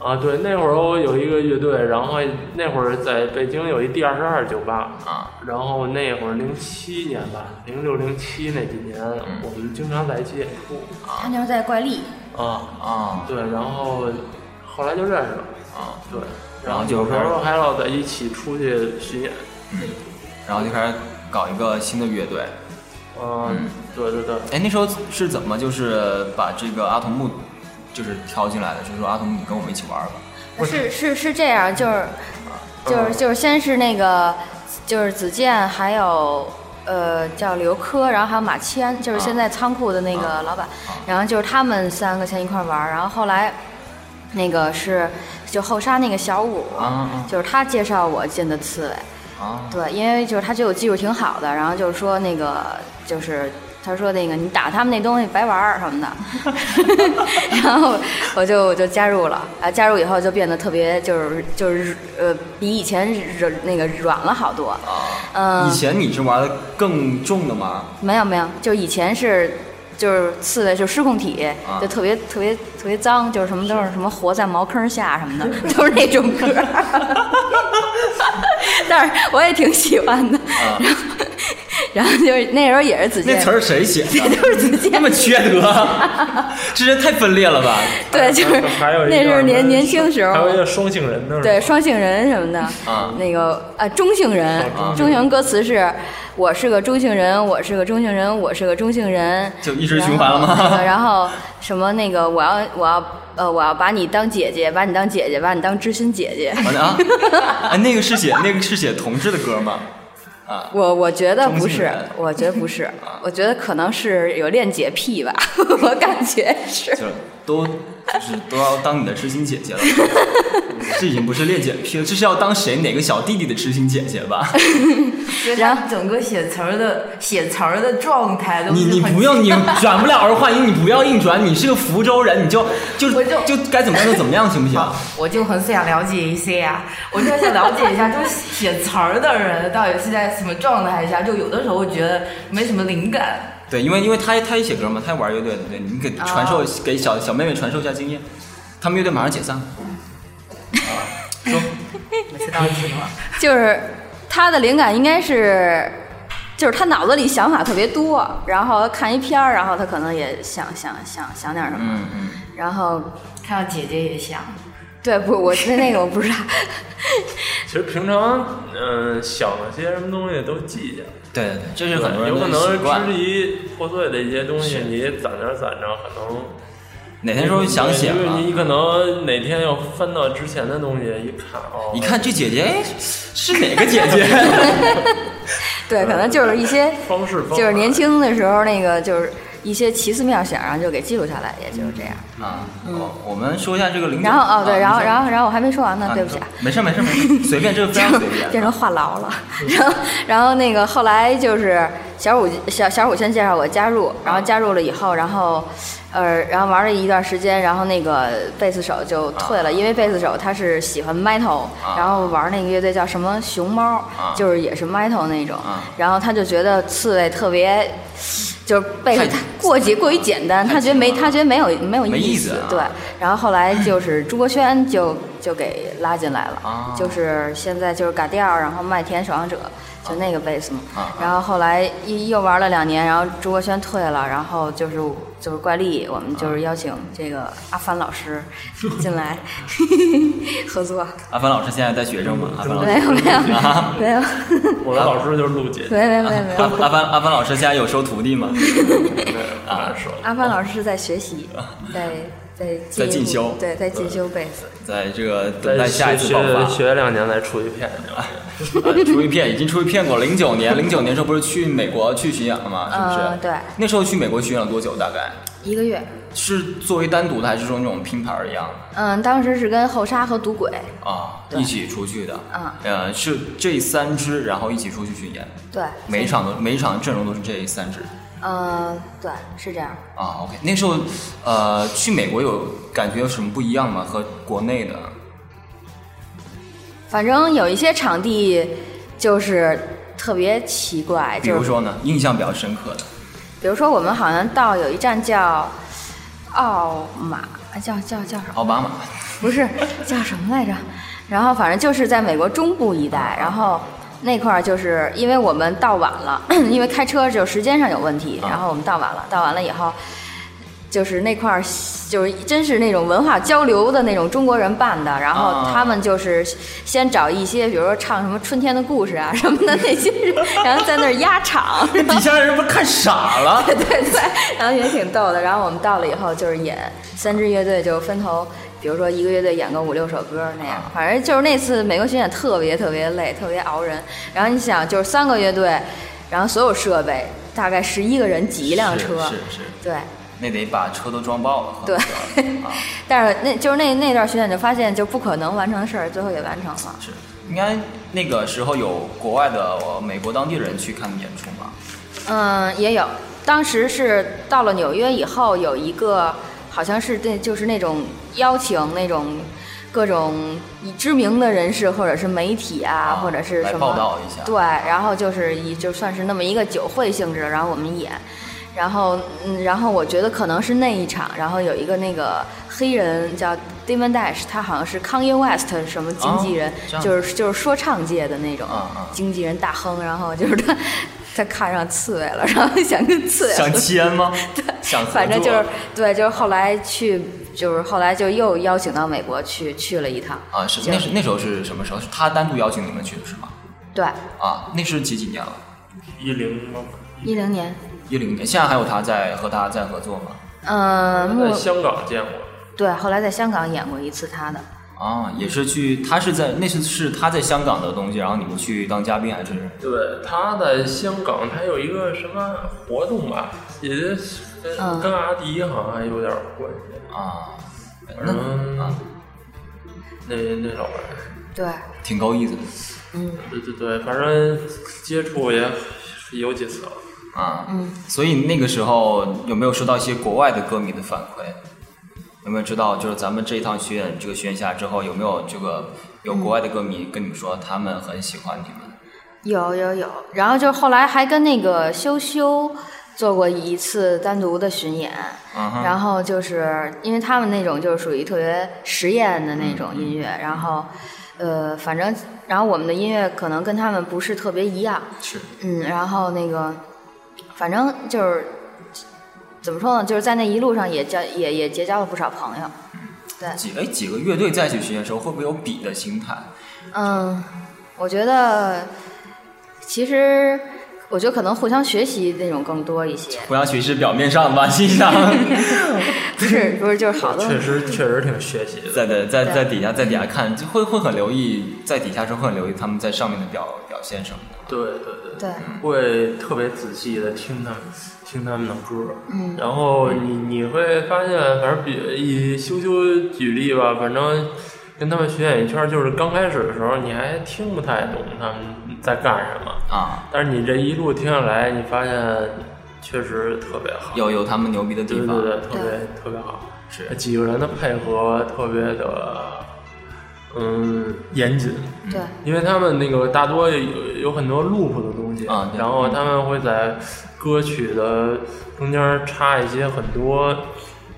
Speaker 6: 啊，对，那会儿我有一个乐队，然后那会儿在北京有一第二十二酒吧，
Speaker 4: 啊，
Speaker 6: 然后那会儿零七年吧，零六零七那几年，
Speaker 4: 嗯
Speaker 6: 我们经常在一起演出
Speaker 5: 他那时候在怪力，
Speaker 6: 啊，
Speaker 4: 啊
Speaker 6: 对，然后后来就认识了，
Speaker 4: 啊，
Speaker 6: 对，
Speaker 4: 然后就
Speaker 6: 有时
Speaker 4: 开始
Speaker 6: 候还老在一起出去巡演，
Speaker 4: 然后就开始搞一个新的乐队。
Speaker 6: 嗯，对对对，
Speaker 4: 哎，那时候是怎么就是把这个阿童木就是挑进来的？就是说阿童木，你跟我们一起玩吧。
Speaker 5: 呃是是是这样，就是就是就是先是那个就是子健，还有呃叫刘科，然后还有马谦，就是现在仓库的那个老板，然后就是他们三个先一块玩儿，然后后来那个是就后沙那个小五，
Speaker 8: 啊
Speaker 5: 就是他介绍我进的刺猬。
Speaker 8: 啊
Speaker 5: 对，因为就是他觉得我技术挺好的，然后就是说那个就是。他说：“那个你打他们那东西白玩儿什么的。”然后我就我就加入了啊，加入以后就变得特别就是就是呃，比以前软那个软了好多。
Speaker 8: 啊！
Speaker 5: 嗯、
Speaker 4: 以前你是玩的更重的吗？
Speaker 5: 没有没有，就以前是就是刺猬就是失控体，就特别特别特别脏，就是什么都是什么活在茅坑下什么的， 都是那种歌儿。 但是我也挺喜欢的， 然后然后就是那时候也是子
Speaker 4: 那
Speaker 5: 健
Speaker 4: 词，儿谁写 的？
Speaker 5: 都是子健，
Speaker 4: 那么缺 德，这人太分裂了吧？
Speaker 5: 对，就是
Speaker 6: 还有一
Speaker 5: 那时候
Speaker 6: 段
Speaker 5: 年
Speaker 6: 是
Speaker 5: 年轻时
Speaker 6: 还有一
Speaker 5: 候
Speaker 6: 个。双性人的，
Speaker 5: 对，双性人什么的，
Speaker 4: 啊
Speaker 5: 那个啊，中性人，
Speaker 6: 啊
Speaker 5: 中性人歌词是“我是个中性人，我是个中性人，我是个中性人”，
Speaker 4: 就一直循环了吗
Speaker 5: 然后那 个然后什么那个，我要我要呃，我要把你当姐姐，把你当姐姐，把你当知心姐姐。
Speaker 4: 完了啊！哎，那个是写那个是写同志的歌吗？啊，
Speaker 5: 我我觉得不
Speaker 4: 中性
Speaker 5: 是
Speaker 4: 人，啊
Speaker 5: 我觉得不是，我觉得可能是有恋姐癖吧， 我感觉是。
Speaker 4: 就是都就是都要当你的知心姐姐了，这已经不是恋姐癖了，这是要当谁哪个小弟弟的知心姐姐吧？
Speaker 7: 所以他们整个写词儿的写词儿的状态都
Speaker 4: 你
Speaker 7: 是
Speaker 4: 你
Speaker 7: 很
Speaker 4: 不用你 转不了儿化音，你不要硬转，你是个福州人，你就就
Speaker 7: 我就
Speaker 4: 该怎么样就怎么样，行不行？
Speaker 7: 我就很想了解一下，我就想了解一下，就是写词儿的人到底是在什么状态下？就有的时候觉得没什么灵感，
Speaker 4: 对，因为因为他他也写歌嘛，他也玩乐队的，对，你
Speaker 5: 哦
Speaker 4: 给传授、给小小妹妹传授一下经验。他们乐队马上解散了，
Speaker 7: 每次到一起吗？
Speaker 5: 就是他的灵感应该是，就是他脑子里想法特别多，然后看一片儿，然后他可能也想想想想点什么，
Speaker 4: 嗯嗯，
Speaker 5: 然后
Speaker 7: 看到姐姐也想，
Speaker 5: 对不，我对那个我不知道，
Speaker 6: 其实平常嗯、呃想了些什么东西都记下，
Speaker 4: 对对对，这是
Speaker 6: 对
Speaker 4: 很多人
Speaker 6: 有可
Speaker 4: 的习惯
Speaker 6: 能支。离破碎的一些东西，你攒着攒着，可能
Speaker 4: 哪天说想写
Speaker 6: 对因
Speaker 4: 了
Speaker 6: 为，你可能哪天要翻到之前的东西一看哦，
Speaker 4: 一看这姐姐哎是哪个姐 姐？
Speaker 5: 对，可能就是一些
Speaker 6: 方式方法
Speaker 5: 就是年轻的时候那个就是一些奇思妙想，然后就给记录下来，也就是这样。
Speaker 6: 嗯
Speaker 4: 啊，我我们说一下这个零。
Speaker 5: 嗯然后哦对，
Speaker 4: 啊
Speaker 5: 然后
Speaker 4: 你说
Speaker 5: 然后然后我还没说完呢，
Speaker 4: 啊
Speaker 5: 对不起啊。
Speaker 4: 没事没事没事，随便这个非常随
Speaker 5: 变
Speaker 4: 便。
Speaker 5: 成话痨了。然后，然后那个后来就是小五小小五先介绍我加入，然后加入了以后，然后呃，然后玩了一段时间，然后那个贝斯手就退了，因为贝斯手他是喜欢 metal，
Speaker 4: 啊
Speaker 5: 然后玩那个乐队叫什么熊猫，就是也是 metal 那种
Speaker 4: 啊，
Speaker 5: 然后他就觉得刺猬特别。就是贝斯
Speaker 4: 太
Speaker 5: 太过节过于简单，他觉得没
Speaker 4: 太
Speaker 5: 他觉得没有没有
Speaker 4: 没意
Speaker 5: 意
Speaker 4: 思啊
Speaker 5: 对。然后后来就是朱国轩就就给拉进来了，
Speaker 4: 啊
Speaker 5: 就是现在就是嘎调，然后麦田守望者，就那个贝斯嘛。
Speaker 4: 啊啊
Speaker 5: 然后后来一又玩了两年，然后朱国轩退了，然后就是就是怪力，我们
Speaker 4: 啊
Speaker 5: 就是邀请这个阿帆老 师进来合作。
Speaker 4: 阿凡老师现在在学生吗？阿凡老师
Speaker 5: 没有没有
Speaker 4: 啊
Speaker 5: 没有
Speaker 6: 我的老师就是陆姐，
Speaker 5: 没有没有没有，
Speaker 4: 阿阿凡阿凡老师现在有收徒弟吗？
Speaker 6: 啊，手
Speaker 5: 阿帆老师是在学习，在
Speaker 4: 啊在
Speaker 5: 在进一步
Speaker 4: 进修
Speaker 5: 对，在进修贝斯。
Speaker 4: 在这个等
Speaker 6: 再
Speaker 4: 待下一次
Speaker 6: 学
Speaker 4: 爆发
Speaker 6: 学。学两年再出一片，
Speaker 4: 呃，出一片已经出一片过了。零九年，零九年时候不是去美国去巡演了吗？是不是？
Speaker 5: 嗯对
Speaker 4: 那时候去美国巡演了多久？大概
Speaker 5: 一个月。
Speaker 4: 是作为单独的，还是说那种拼盘儿一样
Speaker 5: 嗯，当时是跟后沙和赌鬼，
Speaker 4: 啊？一起出去的。
Speaker 5: 嗯
Speaker 4: 呃，是这三支，然后一起出去巡演。
Speaker 5: 对，
Speaker 4: 每一场都每一场阵容都是这三支
Speaker 5: 嗯，对，是这样。
Speaker 4: 啊。OK，那时候呃去美国有感觉有什么不一样吗？和国内的
Speaker 5: 反正有一些场地就是特别奇怪，
Speaker 4: 比
Speaker 5: 就是
Speaker 4: 如说呢，印象比较深刻的
Speaker 5: 比如说我们好像到有一站叫奥马，啊叫叫叫什么？
Speaker 4: 奥巴马
Speaker 5: 不是叫什么来着？然后反正就是在美国中部一带，然后那块儿就是因为我们到晚了，因为开车就时间上有问题，然后我们到晚了，到晚了以后。就是那块儿，就是真是那种文化交流的那种中国人办的，然后
Speaker 4: 啊
Speaker 5: 他们就是先找一些，比如说唱什么《春天的故事》啊什么的那些人，然后在那儿压场，
Speaker 4: 底下的人不是看傻了？
Speaker 5: 对对对，然后也挺逗的。然后我们到了以后就是演三支乐队，就分头比如说一个乐队演个五六首歌那样。反正就是那次美国巡演特别特别累，特别熬人。然后你想，就是三个乐队，然后所有设备，大概十一个人挤一辆车，
Speaker 4: 是是是，
Speaker 5: 对。
Speaker 4: 那得把车都装爆了。
Speaker 5: 对
Speaker 4: 可能是啊，
Speaker 5: 但是那就是那那段巡演就发现就不可能完成的事儿，最后也完成了。
Speaker 4: 是应该那个时候有国外的呃美国当地人去看演出吗？
Speaker 5: 嗯，也有。当时是到了纽约以后，有一个好像是对，就是那种邀请那种各种以知名的人士或者是媒体啊，
Speaker 4: 啊
Speaker 5: 或者是
Speaker 4: 来
Speaker 5: 什么
Speaker 4: 报道一下
Speaker 5: 对，然后就是以就算是那么一个酒会性质，然后我们演。然后，嗯，然后我觉得可能是那一场，然后有一个那个黑人叫 Damon Dash，他好像是 Kanye West 什么经纪人，
Speaker 4: 哦这样
Speaker 5: 就是就是说唱界的那种
Speaker 4: 啊啊
Speaker 5: 经纪人大亨，然后就是他他看上刺猬了，然后想跟刺猬合
Speaker 4: 想
Speaker 5: 作
Speaker 4: 签吗？想合作
Speaker 5: 反正就是对，就是后来去，就是后来就又邀请到美国去去了一趟。
Speaker 4: 啊，是
Speaker 5: 就
Speaker 4: 那是那时候是什么时候？是他单独邀请你们去的是吗？
Speaker 5: 对，
Speaker 4: 啊，那是几几年了？
Speaker 6: 一零吗？
Speaker 5: 一零年，
Speaker 4: 一零年，现在还有他在和他在合作吗？
Speaker 5: 嗯、
Speaker 6: 在
Speaker 5: 目
Speaker 6: 香港见过。
Speaker 5: 对，后来在香港演过一次他的，
Speaker 4: 啊，也是去，他是在那次是他在香港的东西，然后你们去当嘉宾还是？
Speaker 6: 对，他在香港，他有一个什么活动吧，也就是跟
Speaker 5: 嗯
Speaker 6: 跟阿迪好像还有点关系。
Speaker 4: 啊，
Speaker 6: 反
Speaker 4: 那
Speaker 6: 正
Speaker 5: 嗯
Speaker 4: 啊
Speaker 6: 那那老玩意儿，
Speaker 5: 对，
Speaker 4: 挺够意思的。
Speaker 6: 对对对，反正接触也有几次了。
Speaker 4: 啊，嗯，所以那个时候有没有收到一些国外的歌迷的反馈？有没有知道就是咱们这一趟巡演这个巡演下来之后，有没有这个有国外的歌迷跟你们说他们很喜欢你们？
Speaker 5: 有有有。然后就后来还跟那个羞羞做过一次单独的巡演，
Speaker 4: 嗯哼，
Speaker 5: 然后就是因为他们那种就是属于特别实验的那种音乐，然后呃，反正然后我们的音乐可能跟他们不是特别一样，
Speaker 4: 是
Speaker 5: 嗯，然后那个反正就是怎么说呢，就是在那一路上也交也也结交了不少朋友，对，
Speaker 4: 几哎几个乐队在一起巡演的时候，会不会有比的心态？
Speaker 5: 嗯，我觉得其实我觉得可能互相学习那种更多一些，
Speaker 4: 互相学习表面上吧，欣 赏，
Speaker 5: 不是不是就是好的，
Speaker 6: 确实确实挺学习的。
Speaker 4: 在在在在底下在底下看，就会会很留意，在底下时候会很留意他们在上面的表表现什么的。
Speaker 6: 对对对。
Speaker 5: 对，
Speaker 6: 会特别仔细的听他们听他们的歌，嗯，然后你你会发现，反正比以羞羞举例吧，反正跟他们学演艺圈，就是刚开始的时候你还听不太懂他们在干什么，
Speaker 4: 啊，
Speaker 6: 但是你这一路听下来，你发现确实特别好，
Speaker 4: 有有他们牛逼的地
Speaker 6: 对对
Speaker 4: 方，
Speaker 6: 对，特别特别好，
Speaker 4: 是
Speaker 6: 几个人的配合特别的，嗯，严谨，
Speaker 5: 对，
Speaker 6: 因为他们那个大多有有很多 loop 的东西，
Speaker 4: 啊对
Speaker 6: 然后他们会在歌曲的中间插一些很多，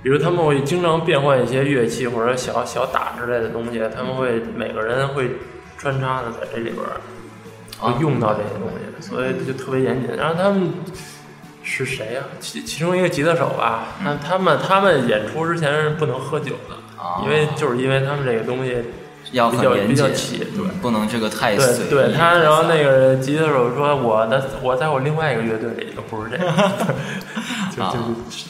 Speaker 6: 比如他们会经常变换一些乐器或者小小打之类的东西，他们会每个人会穿插的在这里边儿
Speaker 4: 啊
Speaker 6: 会用到这些东西，所以就特别严谨。然后他们是谁呀、其其中一个吉他手吧，
Speaker 4: 嗯
Speaker 6: 那他们他们演出之前是不能喝酒的，
Speaker 4: 啊
Speaker 6: 因为就是因为他们这个东西
Speaker 4: 要
Speaker 6: 比
Speaker 4: 很
Speaker 6: 较
Speaker 4: 严
Speaker 6: 比较
Speaker 4: 谨，
Speaker 6: 齐，对。
Speaker 4: 嗯不能这个太随
Speaker 6: 对
Speaker 4: 意
Speaker 6: 对，他然后那个吉他手说我的我在我另外一个乐队里都不是 这个，就
Speaker 4: 啊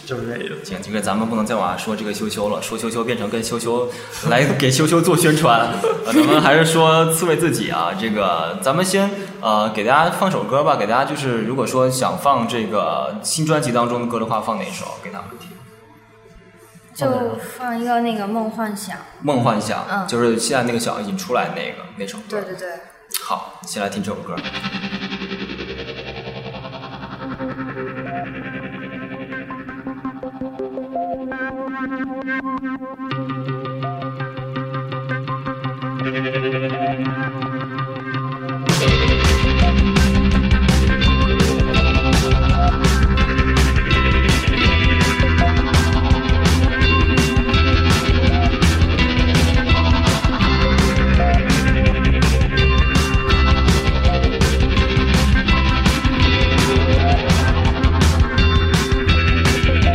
Speaker 6: 就就是这意思。
Speaker 4: 行，这个咱们不能再往下说这个羞羞了，说羞羞变成跟羞羞来给羞羞做宣传，呃咱们还是说刺猬自己啊。这个咱们先呃给大家放首歌吧，给大家就是如果说想放这个新专辑当中的歌的话，放哪首给他们听？
Speaker 5: 就放一个那个梦幻想，
Speaker 4: 梦幻想，
Speaker 5: 嗯
Speaker 4: 就是现在那个小已经出来那个那首歌。
Speaker 5: 对对对。
Speaker 4: 好，先来听这首歌。
Speaker 9: 梦幻想，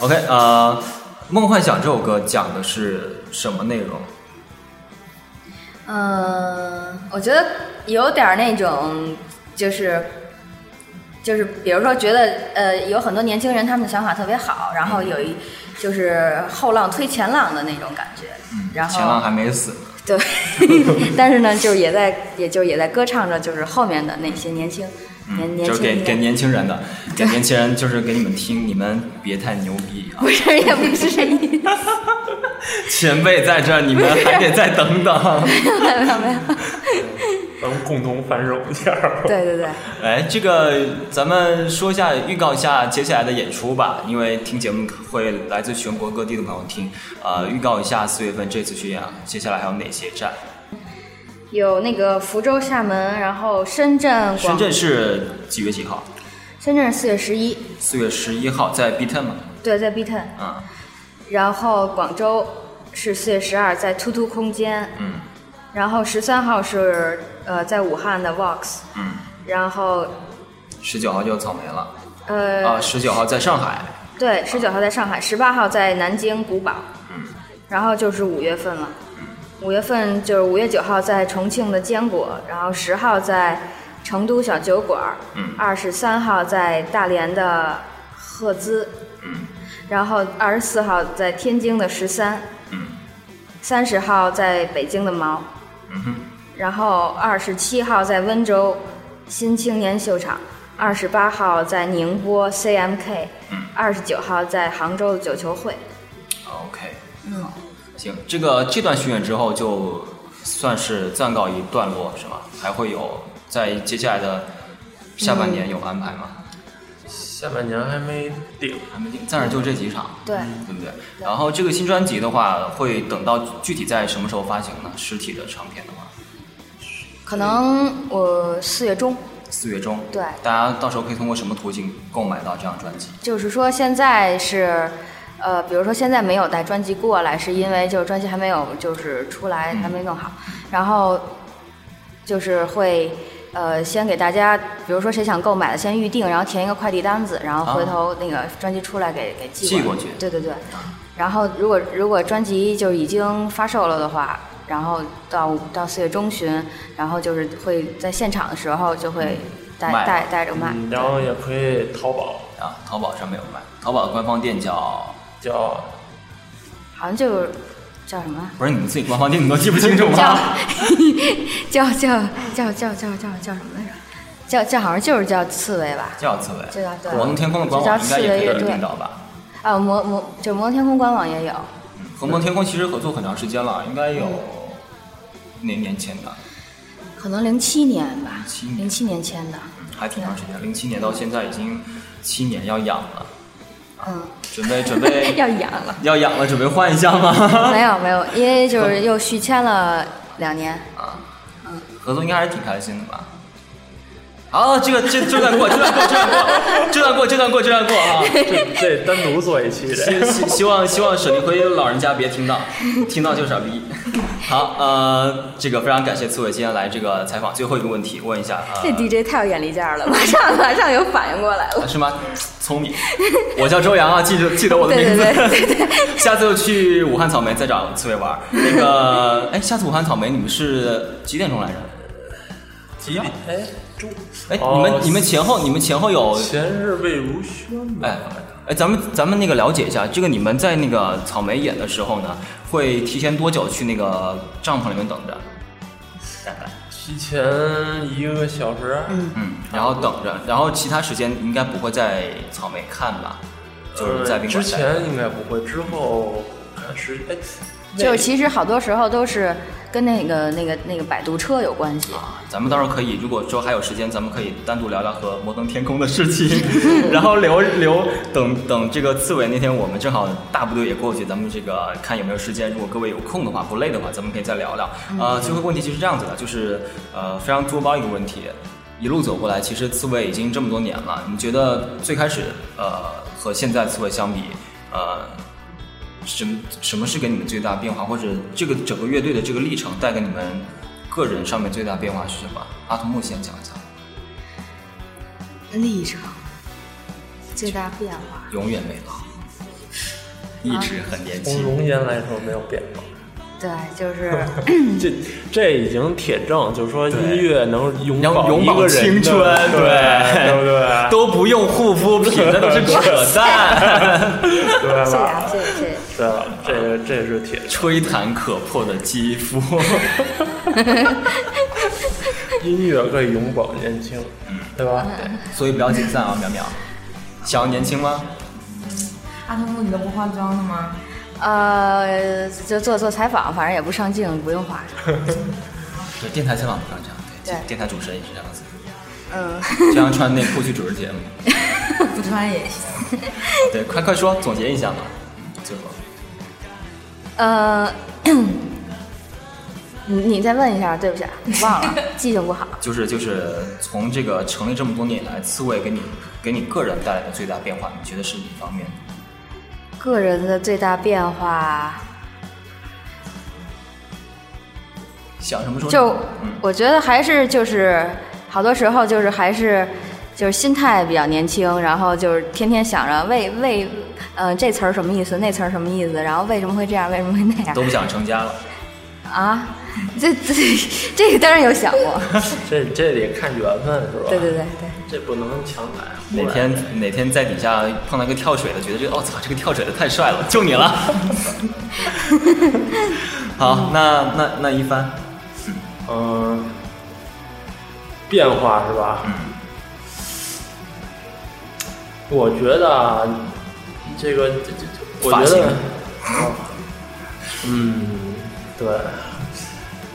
Speaker 4: OK，呃，《梦幻想》这首歌讲的是什么内容？
Speaker 5: 嗯，我觉得有点儿那种，就是就是，比如说觉得呃，有很多年轻人他们的想法特别好，然后有一就是后浪推前浪的那种感觉，然后
Speaker 4: 前浪还没死，
Speaker 5: 对，但是呢，就是也在也就也在歌唱着，就是后面的那些年轻年
Speaker 4: 嗯
Speaker 5: 年
Speaker 4: 就是
Speaker 5: 轻
Speaker 4: 给给
Speaker 5: 人。
Speaker 4: 年轻人的，给年轻人就是给你们听，你们别太牛逼啊！
Speaker 5: 不是，也不是这 意思，
Speaker 4: 前辈在这儿，你们还得再等 等。
Speaker 5: 没有没有没有，
Speaker 6: 咱们共同反省一下。
Speaker 5: 对对对，
Speaker 4: 哎，这个咱们说一下，预告一下接下来的演出吧，因为听节目会来自全国各地的朋友听。呃，预告一下四月份这次巡演，接下来还有哪些站？
Speaker 5: 有那个福州、厦门，然后深圳、
Speaker 4: 深
Speaker 5: 广
Speaker 4: 圳是几月几号？
Speaker 5: 深圳是四月十一，
Speaker 4: 四月十一号在 B Ten 嘛？
Speaker 5: 对，在 B Ten，
Speaker 4: 啊、
Speaker 5: 然后广州是四月十二在突突空间，
Speaker 4: 嗯，
Speaker 5: 然后十三号是呃在武汉的 Vox，
Speaker 4: 嗯，
Speaker 5: 然后
Speaker 4: 十九号就要草莓了
Speaker 5: 呃、
Speaker 4: 啊！十九号在上海，
Speaker 5: 对，十九号在上海，十八号在南京古堡，
Speaker 4: 嗯，
Speaker 5: 然后就是五月份了，五月份就是五月九号在重庆的坚果，然后十号在成都小酒馆，
Speaker 4: 嗯
Speaker 5: 二十三号在大连的赫兹，
Speaker 4: 嗯
Speaker 5: 然后二十四号在天津的十三，
Speaker 4: 嗯
Speaker 5: 三十号在北京的毛，
Speaker 4: 嗯哼，
Speaker 5: 然后二十七号在温州新青年秀场，二十八号在宁波 CMK，二
Speaker 4: 嗯
Speaker 5: 十九号在杭州的九球会。
Speaker 4: OK，好，
Speaker 5: 嗯
Speaker 4: 行，这个这段巡演之后就算是暂告一段落，是吗？还会有在接下来的下半
Speaker 5: 嗯
Speaker 4: 年有安排吗？
Speaker 6: 下半年还没定，
Speaker 4: 还没定，暂时就这几场，
Speaker 5: 对
Speaker 4: 对不对？然后这个新专辑的话，会等到具体在什么时候发行呢？实体的唱片的话，
Speaker 5: 可能我四月中，
Speaker 4: 四月中，
Speaker 5: 对
Speaker 4: 大家到时候可以通过什么途径购买到这张专辑？
Speaker 5: 就是说现在是，呃，比如说现在没有带专辑过来，是因为就是专辑还没有就是出来，还没弄好，
Speaker 4: 嗯
Speaker 5: 然后就是会。呃，先给大家，比如说谁想购买的，先预定，然后填一个快递单子，然后回头那个专辑出来给给寄
Speaker 4: 啊寄过去嗯
Speaker 5: 对对对。然后如果如果专辑就是已经发售了的话，然后到到四月中旬，然后就是会在现场的时候就会带
Speaker 4: 嗯卖了
Speaker 5: 带带着卖。
Speaker 6: 嗯，然后也可以淘宝
Speaker 4: 啊，淘宝上面有卖，淘宝的官方店叫。
Speaker 6: 叫
Speaker 5: 好像就是叫什么啊
Speaker 4: 不是你们自己官方店，你们都记不清楚
Speaker 5: 叫
Speaker 4: 吗？
Speaker 5: 叫叫叫叫叫叫叫什么来着？叫叫好像就是叫刺猬吧？
Speaker 4: 叫刺猬，
Speaker 5: 这叫对
Speaker 4: 摩登天空的官网应该也可以预定到吧？
Speaker 5: 啊，魔魔就摩登天空官网也有，
Speaker 4: 和梦天空其实合作很长时间了，应该有
Speaker 5: 嗯
Speaker 4: 哪年签的？
Speaker 5: 可能零七年吧，
Speaker 4: 07年
Speaker 5: 零七年签的。
Speaker 4: 还挺长时间，零七年到现在已经七年要养了，
Speaker 5: 嗯，
Speaker 4: 准备准备
Speaker 5: 要养了。
Speaker 4: 要养了，准备换一下吗？
Speaker 5: 没有没有，因为就是又续签了两年。
Speaker 4: 啊，合作应该还是挺开心的吧？好，这个这这段过，这段过，这段过，这段过，这段过，这段过啊！
Speaker 6: 这这单独做一期这
Speaker 4: 希希希望希望沈立辉老人家别听到，听到就是傻 逼。好，呃，这个非常感谢刺猬今天来这个采访。最后一个问题，问一下，呃、
Speaker 5: 这 DJ 太有眼力见儿了，马上马上有反应过来了。
Speaker 4: 啊是吗？聪明，我叫周洋啊，记住记得我的
Speaker 5: 对
Speaker 4: 名
Speaker 5: 对
Speaker 4: 字。
Speaker 5: 对对对，
Speaker 4: 下次我去武汉草莓再找刺猬玩儿。那个，哎，下次武汉草莓你们是几点钟来着？
Speaker 6: 几点？ 哎，中
Speaker 4: 哎，
Speaker 6: 哦
Speaker 4: 你们你们前后你们前后有，
Speaker 6: 前日魏如萱吧？
Speaker 4: 哎哎，咱们咱们那个了解一下，这个你们在那个草莓演的时候呢，会提前多久去那个帐篷里面等着？
Speaker 6: 提前一个小时，啊
Speaker 4: 嗯，然后等着，然后其他时间应该不会在草莓看吧？就是在
Speaker 6: 呃
Speaker 4: 宾
Speaker 6: 之
Speaker 4: 馆待。
Speaker 6: 前应该不会，之后看时哎，那
Speaker 5: 就是其实好多时候都是跟那个那个那个摆渡车有关系。
Speaker 4: 咱们到时候可以，如果说还有时间，咱们可以单独聊聊和摩登天空的事情，然后留留等等这个刺猬那天我们正好大部队也过去，咱们这个看有没有时间，如果各位有空的话，不累的话，咱们可以再聊聊。呃，最后一个问题就是这样子的，就是呃非常作包一个问题，一路走过来，其实刺猬已经这么多年了，你觉得最开始呃和现在刺猬相比，呃什么什么是给你们最大的变化，或者这个整个乐队的这个历程带给你们个人上面最大的变化是什么？阿童木先讲一下。
Speaker 5: 立场最大变化，
Speaker 4: 永远没老，一直很年
Speaker 6: 从
Speaker 4: 轻。
Speaker 6: 容颜来说没有变化。
Speaker 5: 对，就是
Speaker 6: 这这已经铁证，就是说音乐能永
Speaker 4: 能
Speaker 6: 保
Speaker 4: 永
Speaker 6: 一个
Speaker 4: 葆
Speaker 6: 人
Speaker 4: 青春，
Speaker 6: 的对对不对？
Speaker 4: 都不用护肤品，那都是扯淡，
Speaker 6: 对
Speaker 5: 谢谢啊
Speaker 6: 吧？，
Speaker 5: 谢谢谢谢。
Speaker 6: 对，这个这是铁证。
Speaker 4: 吹弹可破的肌肤。
Speaker 6: 音乐可以永葆年轻，对吧？
Speaker 4: 所以不要解散啊，淼淼。想要年轻吗？
Speaker 7: 阿童木，你都不化妆的吗？
Speaker 5: 呃，就做做采访，反正也不上镜，不用化。
Speaker 4: 对，电台采访不常这样，
Speaker 5: 对
Speaker 4: 电台主持人也是这样子，
Speaker 5: 嗯，
Speaker 4: 经常穿内裤去主持节目。
Speaker 7: 不穿也行。
Speaker 4: 对，快快说，总结一下吧。嗯最后，
Speaker 5: 呃，你你再问一下，对不起啊，忘了，记性不好。
Speaker 4: 就是就是从这个成立这么多年以来，刺猬给你给你个人带来的最大变化，你觉得是哪方面？
Speaker 5: 个人的最大变化，
Speaker 4: 想什么说什么
Speaker 5: 就我觉得还是就是好多时候就是还是就是心态比较年轻，然后就是天天想着为为呃这词儿什么意思，那词儿什么意思，然后为什么会这样，为什么会那样
Speaker 4: 都不想成家了。
Speaker 5: 啊？这这这个当然有想过，
Speaker 6: 这这得看缘分，是吧？
Speaker 5: 对对对对。
Speaker 6: 这不能强来。
Speaker 4: 哪天哪天在底下碰到一个跳水的，觉得这个哦操，这个跳水的太帅了，就你了。 好，那那那一帆，
Speaker 6: 嗯，变化是吧？
Speaker 4: 嗯
Speaker 6: 我觉得啊，这个这这，这我
Speaker 4: 发
Speaker 6: 觉
Speaker 4: 型
Speaker 6: 得，哦嗯，对，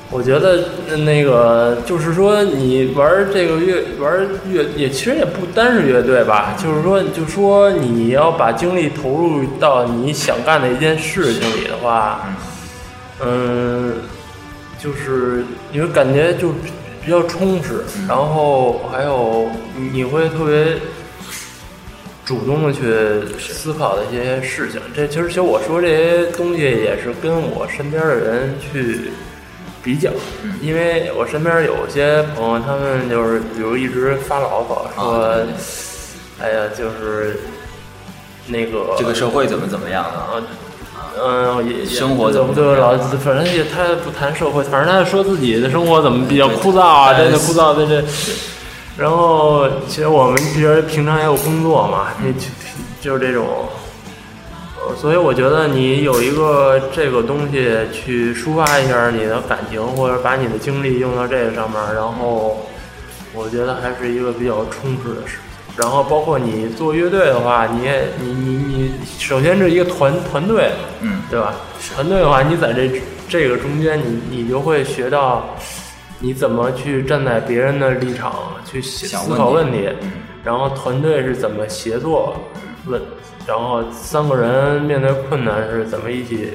Speaker 6: 我觉得呃那个就是说，你玩儿这个乐玩儿乐也其实也不单是乐队吧，就是说，就说你要把精力投入到你想干的一件事情里的话，嗯，就是你会感觉就比较充实，
Speaker 4: 嗯
Speaker 6: 然后还有你会特别主动的去思考的一些事情。这其实其实我说这些东西也是跟我身边的人去比较，
Speaker 4: 嗯
Speaker 6: 因为我身边有些朋友，他们就是比如一直发牢骚说，
Speaker 4: 啊对对
Speaker 6: 哎呀，就是那个
Speaker 4: 这个社会怎么怎么样啊？
Speaker 6: 啊，嗯，也也
Speaker 4: 生活怎么
Speaker 6: 对老，反正也他也不谈社会，反正他说自己的生活怎么比较枯燥啊，
Speaker 4: 对
Speaker 6: 这
Speaker 4: 对
Speaker 6: 这枯燥，这这。然后其实我们其实平常也有工作嘛，
Speaker 4: 嗯
Speaker 6: 那就就是这种。呃所以我觉得你有一个这个东西去抒发一下你的感情，或者把你的精力用到这个上面，然后我觉得还是一个比较充实的事情。然后包括你做乐队的话，你也你你你，首先是一个团团队，
Speaker 4: 嗯，
Speaker 6: 对吧？团队的话，你在这这个中间你，你就会学到你怎么去站在别人的立场去思
Speaker 4: 想
Speaker 6: 思考
Speaker 4: 问
Speaker 6: 问
Speaker 4: 题
Speaker 6: 题，然后团队是怎么协作问，然后三个人面对困难是怎么一起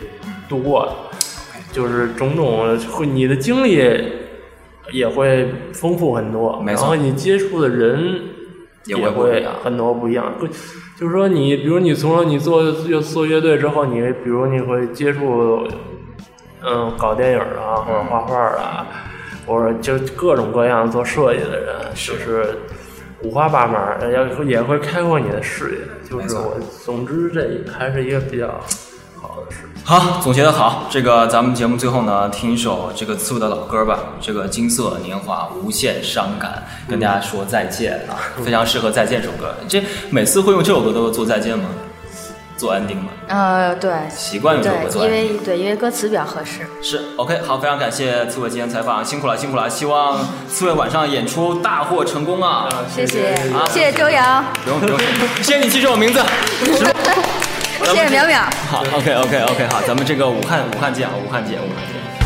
Speaker 6: 度过的，就是种种会你的经历也会丰富很多，
Speaker 4: 没
Speaker 6: 然
Speaker 4: 错
Speaker 6: 后你接触的人
Speaker 4: 也
Speaker 6: 也
Speaker 4: 会不一
Speaker 6: 会
Speaker 4: 样
Speaker 6: 很多不一样。不，就是说你，比如你从你做乐做乐队之后，你比如你会接触，嗯，搞电影啊，或者画画啊，或者就是各种各样做设计的人，就是五花八门，也会也会开阔你的视野。就
Speaker 4: 没
Speaker 6: 是
Speaker 4: 错
Speaker 6: 我，总之这还是一个比较好的事情。
Speaker 4: 好，总结的好。这个咱们节目最后呢，听一首这个刺猬的老歌吧，这个《金色年华》无限伤感，跟大家说再见 啊，非常适合再见这首歌。这每次会用这首歌都做再见吗？做安定吗？
Speaker 5: 呃，对，
Speaker 4: 习惯用这首歌做
Speaker 5: 对，
Speaker 4: 安
Speaker 5: 因
Speaker 4: 定。
Speaker 5: 为对，因为歌词比较合适。
Speaker 4: 是 OK，好，非常感谢刺猬今天采访，辛苦了，辛苦了，希望刺猬晚上演出大获成功啊！
Speaker 5: 谢谢
Speaker 4: 啊，
Speaker 5: 谢谢周洋，
Speaker 4: 不用不用，谢谢你记住我名字。
Speaker 5: 谢谢淼淼。
Speaker 4: 好，OK OK OK，好，咱们这个武汉武汉见啊，武汉见，武汉见。